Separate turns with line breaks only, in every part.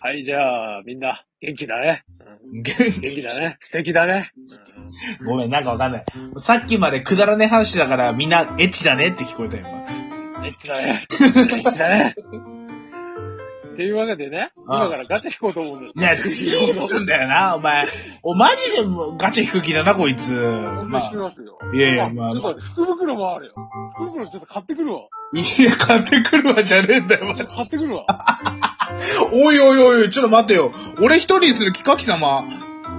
はい、じゃあ、みんな、元気だね。うん
元
元
気
気だね。素敵だね。
ごめん、なんかわかんない。さっきまでくだらねえ話だからみんなエッチだねって聞こえたよ、今。
エッチだね。エッチ だね。っていうわけでね、
ああ
今からガチャ引こうと思うんです
いや、引くんだよな、お前。お、マジでもうガチャ引く気だな、こいつ。
ほん
ま
と
あ
引き、ますよ。
いやいや、まあ
ちょっと、待って福袋もあるよ。福袋ちょっと買ってくるわ。
いや、買ってくるわじゃねえんだよ、マジで
買ってくるわ。
おいおいおいおい、ちょっと待ってよ。俺一人にする企画様。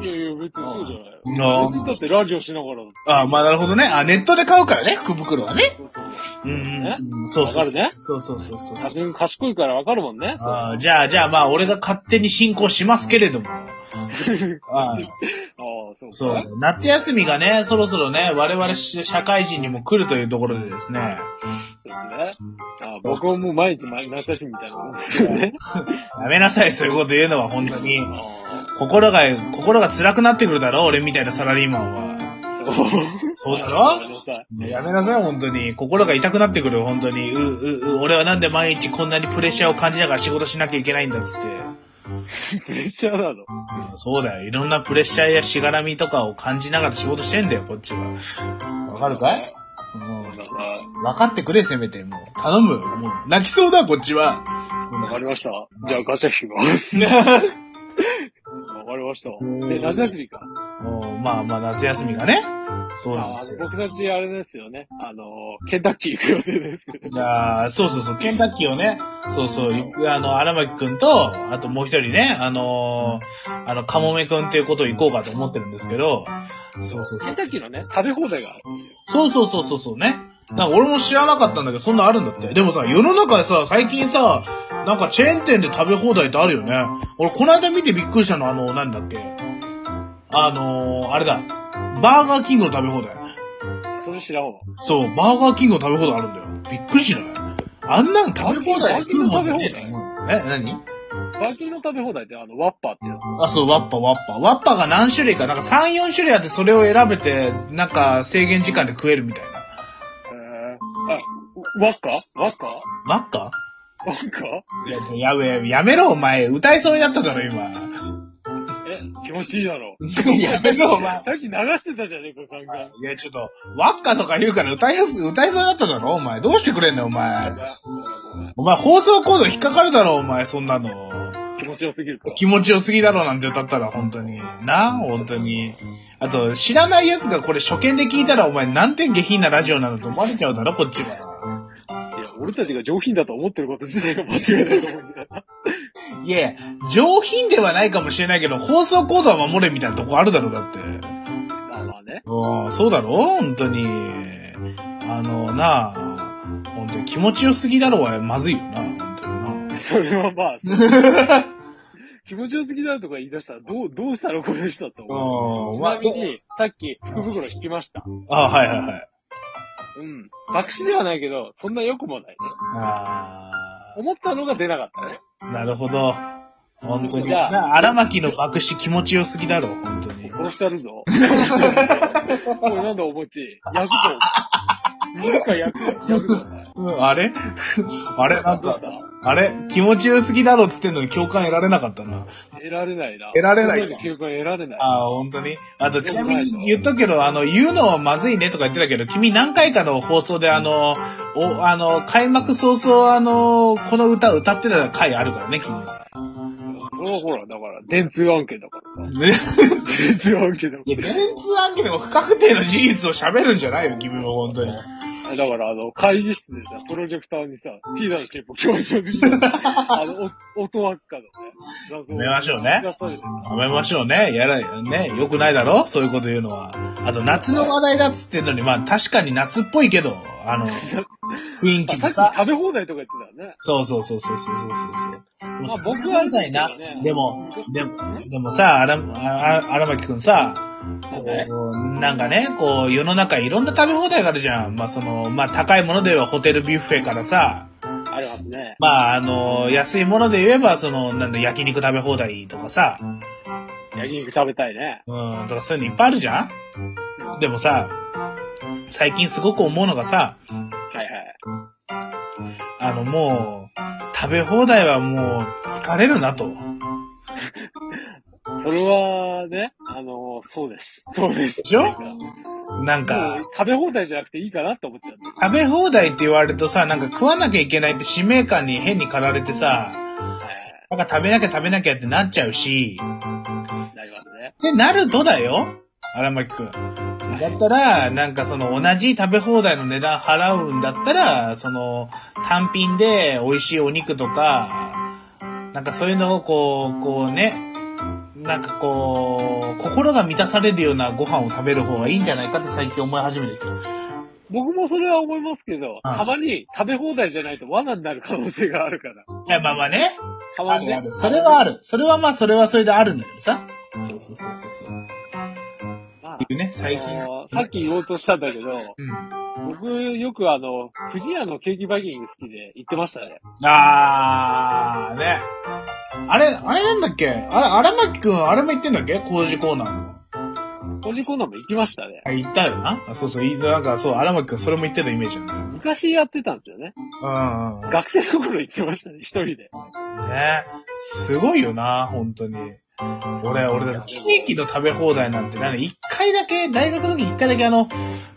いやいや、別にそうじゃない。
あ
別にだってラジオしながら。
あ、あまあなるほどね。あ、ネットで買うからね、福袋はね。
そうそう。
うんうん
ね
うん。そうそう。
わかるね
そうそうそうそう。
多分賢いからわかるもんね。
ああじゃあ、じゃあまあ、俺が勝手に進行しますけれど も。ああ
ああ、そうか。
そうそう。夏休みがね、そろそろね、我々し社会人にも来るというところでですね。
ですね。あ僕はもう毎日毎夏休みみたいなもんですけどね。
やめなさい、そういうこと言うのは本当に。心が、心が辛くなってくるだろ、俺みたいなサラリーマンは。
そ
そ
う
うだろ
ごめんなさい
やめなさい、本当に。心が痛くなってくる、本当に。う、う、う、俺はなんで毎日こんなにプレッシャーを感じながら仕事しなきゃいけないんだっつって。
プレッシャーなの。
そうだよ。いろんなプレッシャーやしがらみとかを感じながら仕事してんだよ、こっちは。わかるかいも
なん
う、
か、
分かってくれ、せめて。もう、頼むよ。もう、泣きそうだ、こっちは。
わかりました。じゃあガチャ引きます。わかりました。で、夏休みか。
もうまあまあ、夏休みがね。そうなん
あ
ですよ。
僕たちあれですよね。あの、ケンタッキー行く予定ですけど。
じゃあ、そうそうそう、ケンタッキーをね、そうそう、行くあの、荒牧くんと、あともう一人ね、あのーあの、カモメくんっていうことを行こうかと思ってるんですけど、そうそうそ
ケン
う。
タッキーのね、食べ放題がある。
そうそうそうそうそうね。なんか俺も知らなかったんだけど、そんなあるんだって。でもさ、世の中でさ、最近さ、なんかチェーン店で食べ放題ってあるよね。俺、この間見てびっくりしたの、あの、なんだっけ。あのーあれだ。バーガーキングの食べ放題。
それ知らんわ。
そう、バーガーキングの食べ放題あるんだよ。びっくりしないあんなん食べ放題
バーキンの食べ放題
え、何
バーキンの食べ放題ってあの、ワッパーってやつ。
あ、そう、ワッパ、ワッパ。ワッパが何種類か、なんか3、4種類あって、それを選べて、なんか制限時間で食えるみたいな。
えー、あ、ワッカワッカ
ワッカ
ワッカ
いや、ちょやめ、やめろ、お前。歌いそうになっただろ、今。
え、気持ちいいだろ。
やめろ、お前。
さっき流してたじゃねえか、ガンガン。
いや、ちょっと、ワッカとか言うから歌いやす、歌いそうになっただろ、お前。どうしてくれんだよ、お前。お前、放送コード引っかかるだろ、お前、そんなの。
気持ちよすぎるか。
気持ちよすぎだろうなんて歌ったら本当に。な本当に。あと、知らない奴がこれ初見で聞いたらお前なんて下品なラジオなのと思われちゃうだろ、こっちは。
いや、俺たちが上品だと思ってること自体が間違いないと思うんだよ。
いやいや、上品ではないかもしれないけど、放送コードは守れみたいなとこあるだろ、だって。
まあまあね。
うんそうだろ本当に。あの、なあ本当に気持ちよすぎだろはまずいよな、本当にな。
それ はまあ、気持ちよすぎだとか言い出したら、どう、どうしたらこの人だと
う
思う。
ん、
ち
ま
なみに、さっき福袋引きました。
あ、あ、はいはいはい。
うん。爆死ではないけど、そんな良くもないね。
ああ。
思ったのが出なかったね。
なるほど。本当に。
じゃあ
な荒牧の爆死気持ちよすぎだろ、本当に。
殺してや るぞ。殺してやるぞおい、なんだお餅。焼くぞ。 なんか焼く。焼くぞ。
うん、あれ あれなん
どう
か
し、た
あれ気持ちよすぎだろっつってんのに共感得られなかったな。
得られないな。
得られない
そんの記憶は得られない。
ああ、本当に。あと、ちなみに言ったけど、あの、言うのはまずいねとか言ってたけど、君何回かの放送であの、お、あの、開幕早々あの、この歌歌ってた回あるからね、君は。
それはほら、だから、電通案件だからさ。
ね。
電通案件だか
いや、電通案件でも不確定の事実を喋るんじゃないよ、君も本当に。
ら。だから、あの、会議室でさ、プロジェクターにさ、ティーダのチェップ強調すぎて、あの、お音輪っかのね、画像
やめましょうね
出されて
やめましょうね。やら、ね、良くないだろそういうこと言うのは。あと、夏の話題だっつってんのに、まあ、確かに夏っぽ いけど、あの、雰囲気と
たさっき
か。
食べ放題とか言ってたよね。
そうそうそうそうそうそうそう。
まあ僕はあれだ
ない
け
な
どね。
でも、でも、でもさ、荒あ荒牧くんさ、こう、なんかね、こう、世の中いろんな食べ放題があるじゃん。まあ、その、まあ、高いものではホテルビュッフェからさ、
ありますね。
まあ、あの、安いもので言えば、その、なんだ、焼肉食べ放題とかさ、
焼肉食べたいね。
うん、とかそういうのいっぱいあるじゃんでもさ、最近すごく思うのがさ、
はいはい。
あのもう、食べ放題はもう疲れるなと。
それはね、あの、そうです。そうです。
でしょ
なんかも
なんか
う、食べ放題じゃなくていいかなって思っちゃうんです。
食べ放題って言われるとさ、なんか食わなきゃいけないって使命感に変に駆られてさ、
は
なんか食べなきゃ食べなきゃってなっちゃうし、
い。なりますね。
ってなるとだよ荒牧くん。だったら、なんかその同じ食べ放題の値段払うんだったら、その単品で美味しいお肉とか、なんかそういうのをこう、こうね、なんかこう、心が満たされるようなご飯を食べる方がいいんじゃないかって最近思い始めてきた。
僕もそれは思いますけど、
うん
たまに食べ放題じゃないと罠になる可能性があるから。
いや、まあまあね。
た
あ
まに
るあ
ね
る。。それはある。それはまあ、それはそれであるんだけどさ。そうそうそうそうそう。
まあ
っていうね、
あ
最近。
のさっき言おうとしたんだけど、
うん。
僕よくあの、富士屋のケーキバイキング好きで行ってましたね。
あー、ね。あれ、あれなんだっけあれ、荒牧くん、あれも言ってんだっけ工事コーナーの。
個人コーナーも行きましたね。
あ、言ったよな。あそうそう、いなんかそう、荒牧くん、それも言ってたイメージなんだよ。
昔やってたんですよね。
うんうんうん。
学生の頃行ってましたね、一人で。
ね。すごいよな、本当に。俺、俺だ、ケーキの食べ放題なんて、なんか一回だけ、大学の時一回だけあの、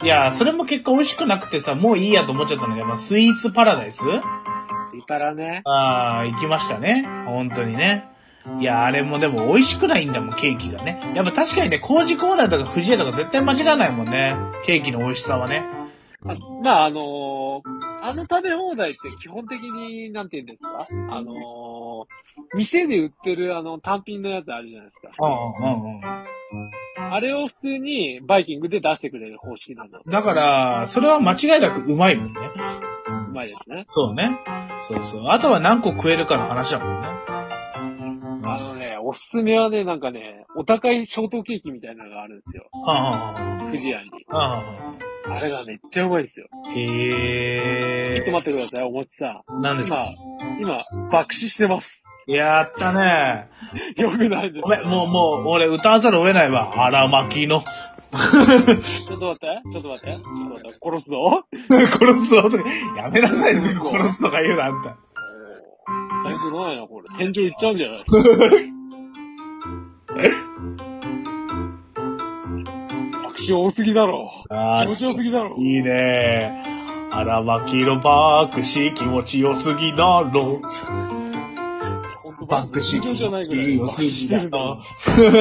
いや、それも結果美味しくなくてさ、もういいやと思っちゃったんだけど、まあ、スイーツパラダイス
いたらね。
ああ、行きましたね。本当にね。いや、あれもでも美味しくないんだもん、ケーキがね。やっぱ確かにね、工事コーナーとか藤屋とか絶対間違わないもんね。ケーキの美味しさはね。
あまあ、あのーあの食べ放題って基本的に、なんて言うんですかあのー店で売ってるあの単品のやつあるじゃないです
うんうんうんうん。
か。あれを普通にバイキングで出してくれる方式なんだ。
だから、それは間違いなくうまいもんね。
うまいですね。
そうね。そうそう。あとは何個食えるかの話だもんね。
あのね、おすすめはね、なんかね、お高いショートケーキみたいなのがあるんですよ。
うんうんうん。
富士屋
う
に。
ん
あれがめっちゃうまいですよ。
うんうん。へ
ちょっと
え。
待ってください、おもちさん。
何です
今
か、
今、爆死してます。
やったね。
よくないです。
ごめん、もう、もう、俺歌わざるを得ないわ。荒巻 の。
ちょっと待って、ちょっと待って、ちょっと待って、殺すぞ。
殺すぞとか、やめなさい よ、殺すとか言うな、あんた。
だいぶないな、これ。天井いっちゃうん じゃないアクション多すぎだろ。
あ
気持ちよすぎだろ。
いいね荒巻のバクシー気持ちよすぎだろ。
ほんと
バクシー
気
気
持ち
持
よ
ちよすぎだろ。
い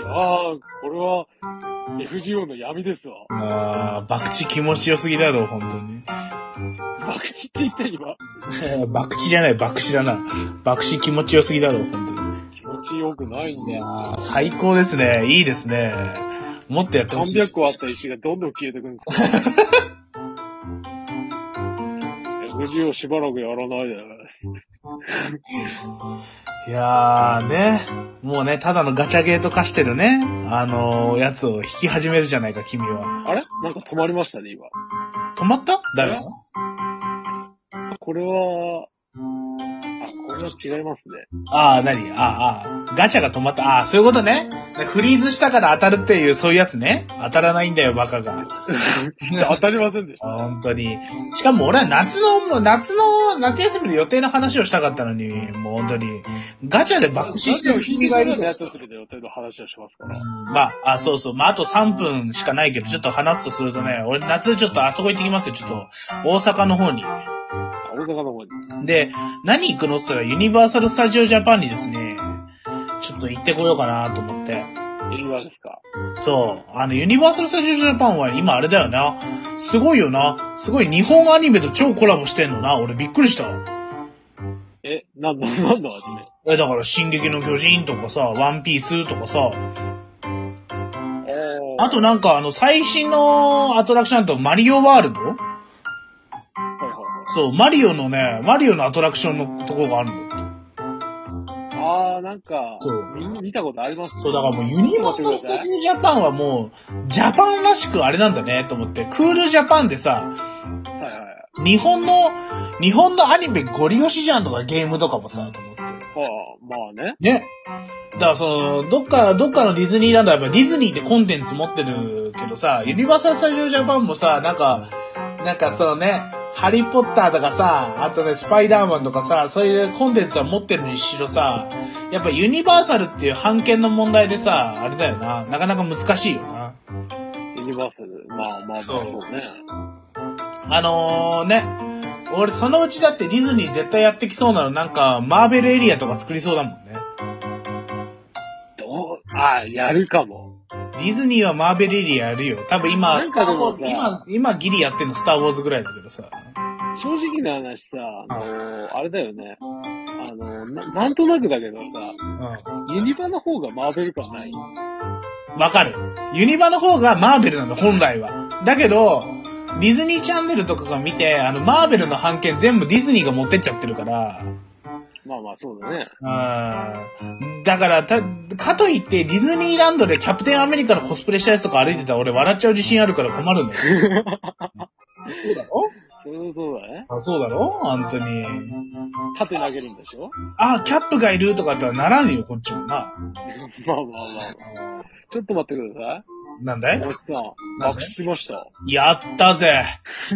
やー、これは、FGO の闇ですわ。
あー、バクチ気持ちよすぎだろ、本当に。
爆死って言った今。
バクチじゃない、バクシだな。バクシ気持ちよすぎだろ、本当に。
気持ちよくないんだよ。
あー最高ですね。いいですね。もっとやってほしい。
300個あった石がどんどん消えてくんです よ。FGO しばらくやらないです。
いやーね、もうね、ただのガチャゲート化してるね、あのー、やつを引き始めるじゃないか、君は。
あれなんか止まりましたね、今。
止まった誰だ
えこれは、あ、これは違いますね。
ああ、なにあーあー、ガチャが止まった。ああ、そういうことね。フリーズしたから当たるっていう、そういうやつね。当たらないんだよ、バカが。
当たりませんでした。
本当に。しかも俺は夏の、もう夏の、夏休みの予定の話をしたかったのに、もう本当に。ガチャで爆死して
ラジオ
る
聞い
君
てく
がい
れる
る
ような
ぞ
やつするで予定の話をしますから。
まあ、あ、そうそう。まあ、あと3分しかないけど、ちょっと話すとするとね、俺夏ちょっとあそこ行ってきますよ、ちょっと。大阪の方に。
あ大阪の方に。
で、何行くのって言ったら、ユニバーサル・スタジオ・ジャパンにですね、ちょっと行ってこようかなと思って。
エリワですか。
そう。あの、ユニバーサル・スタジオ・ジャパンは今あれだよな。すごいよな。すごい日本アニメと超コラボしてんのな。俺びっくりした。
え、なんの、なんの味ね。
え、だから、進撃の巨人とかさ、ワンピースとかさ、あとなんかあの、最新のアトラクションだとマリオワールド
はいはいはい
そう、マリオのね、マリオのアトラクションのとこがあるの。
あー、なんか、
そう
見見たことあります
そう、だからもうユニバーサル・スタジオ・ジャパンはもう、ジャパンらしくあれなんだね、と思って。クールジャパンでさ、
はいはい。
日本の、日本のアニメゴリ押しじゃんとかゲームとかもさ、と思って。
はあ、まあね。
ね。だからその、どっか、どっかのディズニーランドはやっぱディズニーってコンテンツ持ってるけどさ、ユニバーサル・スタジオ・ジャパンもさ、なんか、なんかそのね、ハリーポッターとかさ、あとね、スパイダーマンとかさ、そういうコンテンツは持ってるにしろさ、やっぱユニバーサルっていう版権の問題でさ、あれだよな、なかなか難しいよな。
ユニバーサル。まあまあまあ、
そ
そううね。
あのー、ね、俺そのうちだってディズニー絶対やってきそうなの、なんか、マーベルエリアとか作りそうだもんね。
どう、あ、やるかも。
ディズニーはマーベルエリアやるよ。多分今、
なん
スター
かで
ウォー
も
ズ、
さ
今、今ギリやってんのスターウォーズぐらいだけどさ。
正直な話さ、あのー、あれだよね。あのー、ななんとなくだけど
う
さ、
ん。
ユニバの方がマーベル感ない。
わかる。ユニバの方がマーベルなの、本来は。だけど、ディズニーチャンネルとかが見て、あの、マーベルの版権全部ディズニーが持ってっちゃってるから、
まあまあ、そうだね。
うん。だから、た、かといって、ディズニーランドでキャプテンアメリカのコスプレしたやつとか歩いてたら俺笑っちゃう自信あるから困るんだよ。そうだろ
それもそうだね。
あ、そうだろ本当に。
縦投げるんでしょ
あ、キャップがいるとかってならんよ、こっちもな。
まあまあまあまあ。ちょっと待ってください。
なんだい
おじさん、
な
爆
んで
死しました。
やったぜ。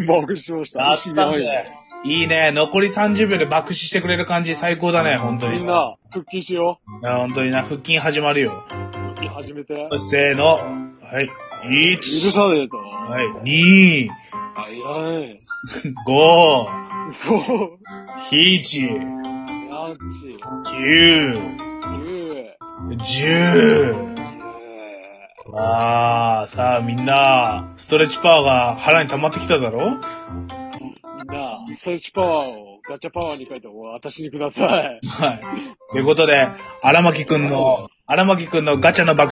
爆死しました。
やっ
死
たぜ。いいね。残り30秒で爆死してくれる感じ最高だね、本当に。
みんな、復帰しよ
いや本当にな、腹筋始まるよ。
う。復帰始めて。許
せーの。はい。1、
さねえと。
はい、2、
早い。
5、
5、
7、
8、
9、
9、
10。
10。
あー、さあみんな、ストレッチパワーが腹に溜まってきただろ
なあ、ストレッチパワーをガチャパワーに変えて、私にください。
はい。ということで、荒牧くんの、荒牧くんのガチャの爆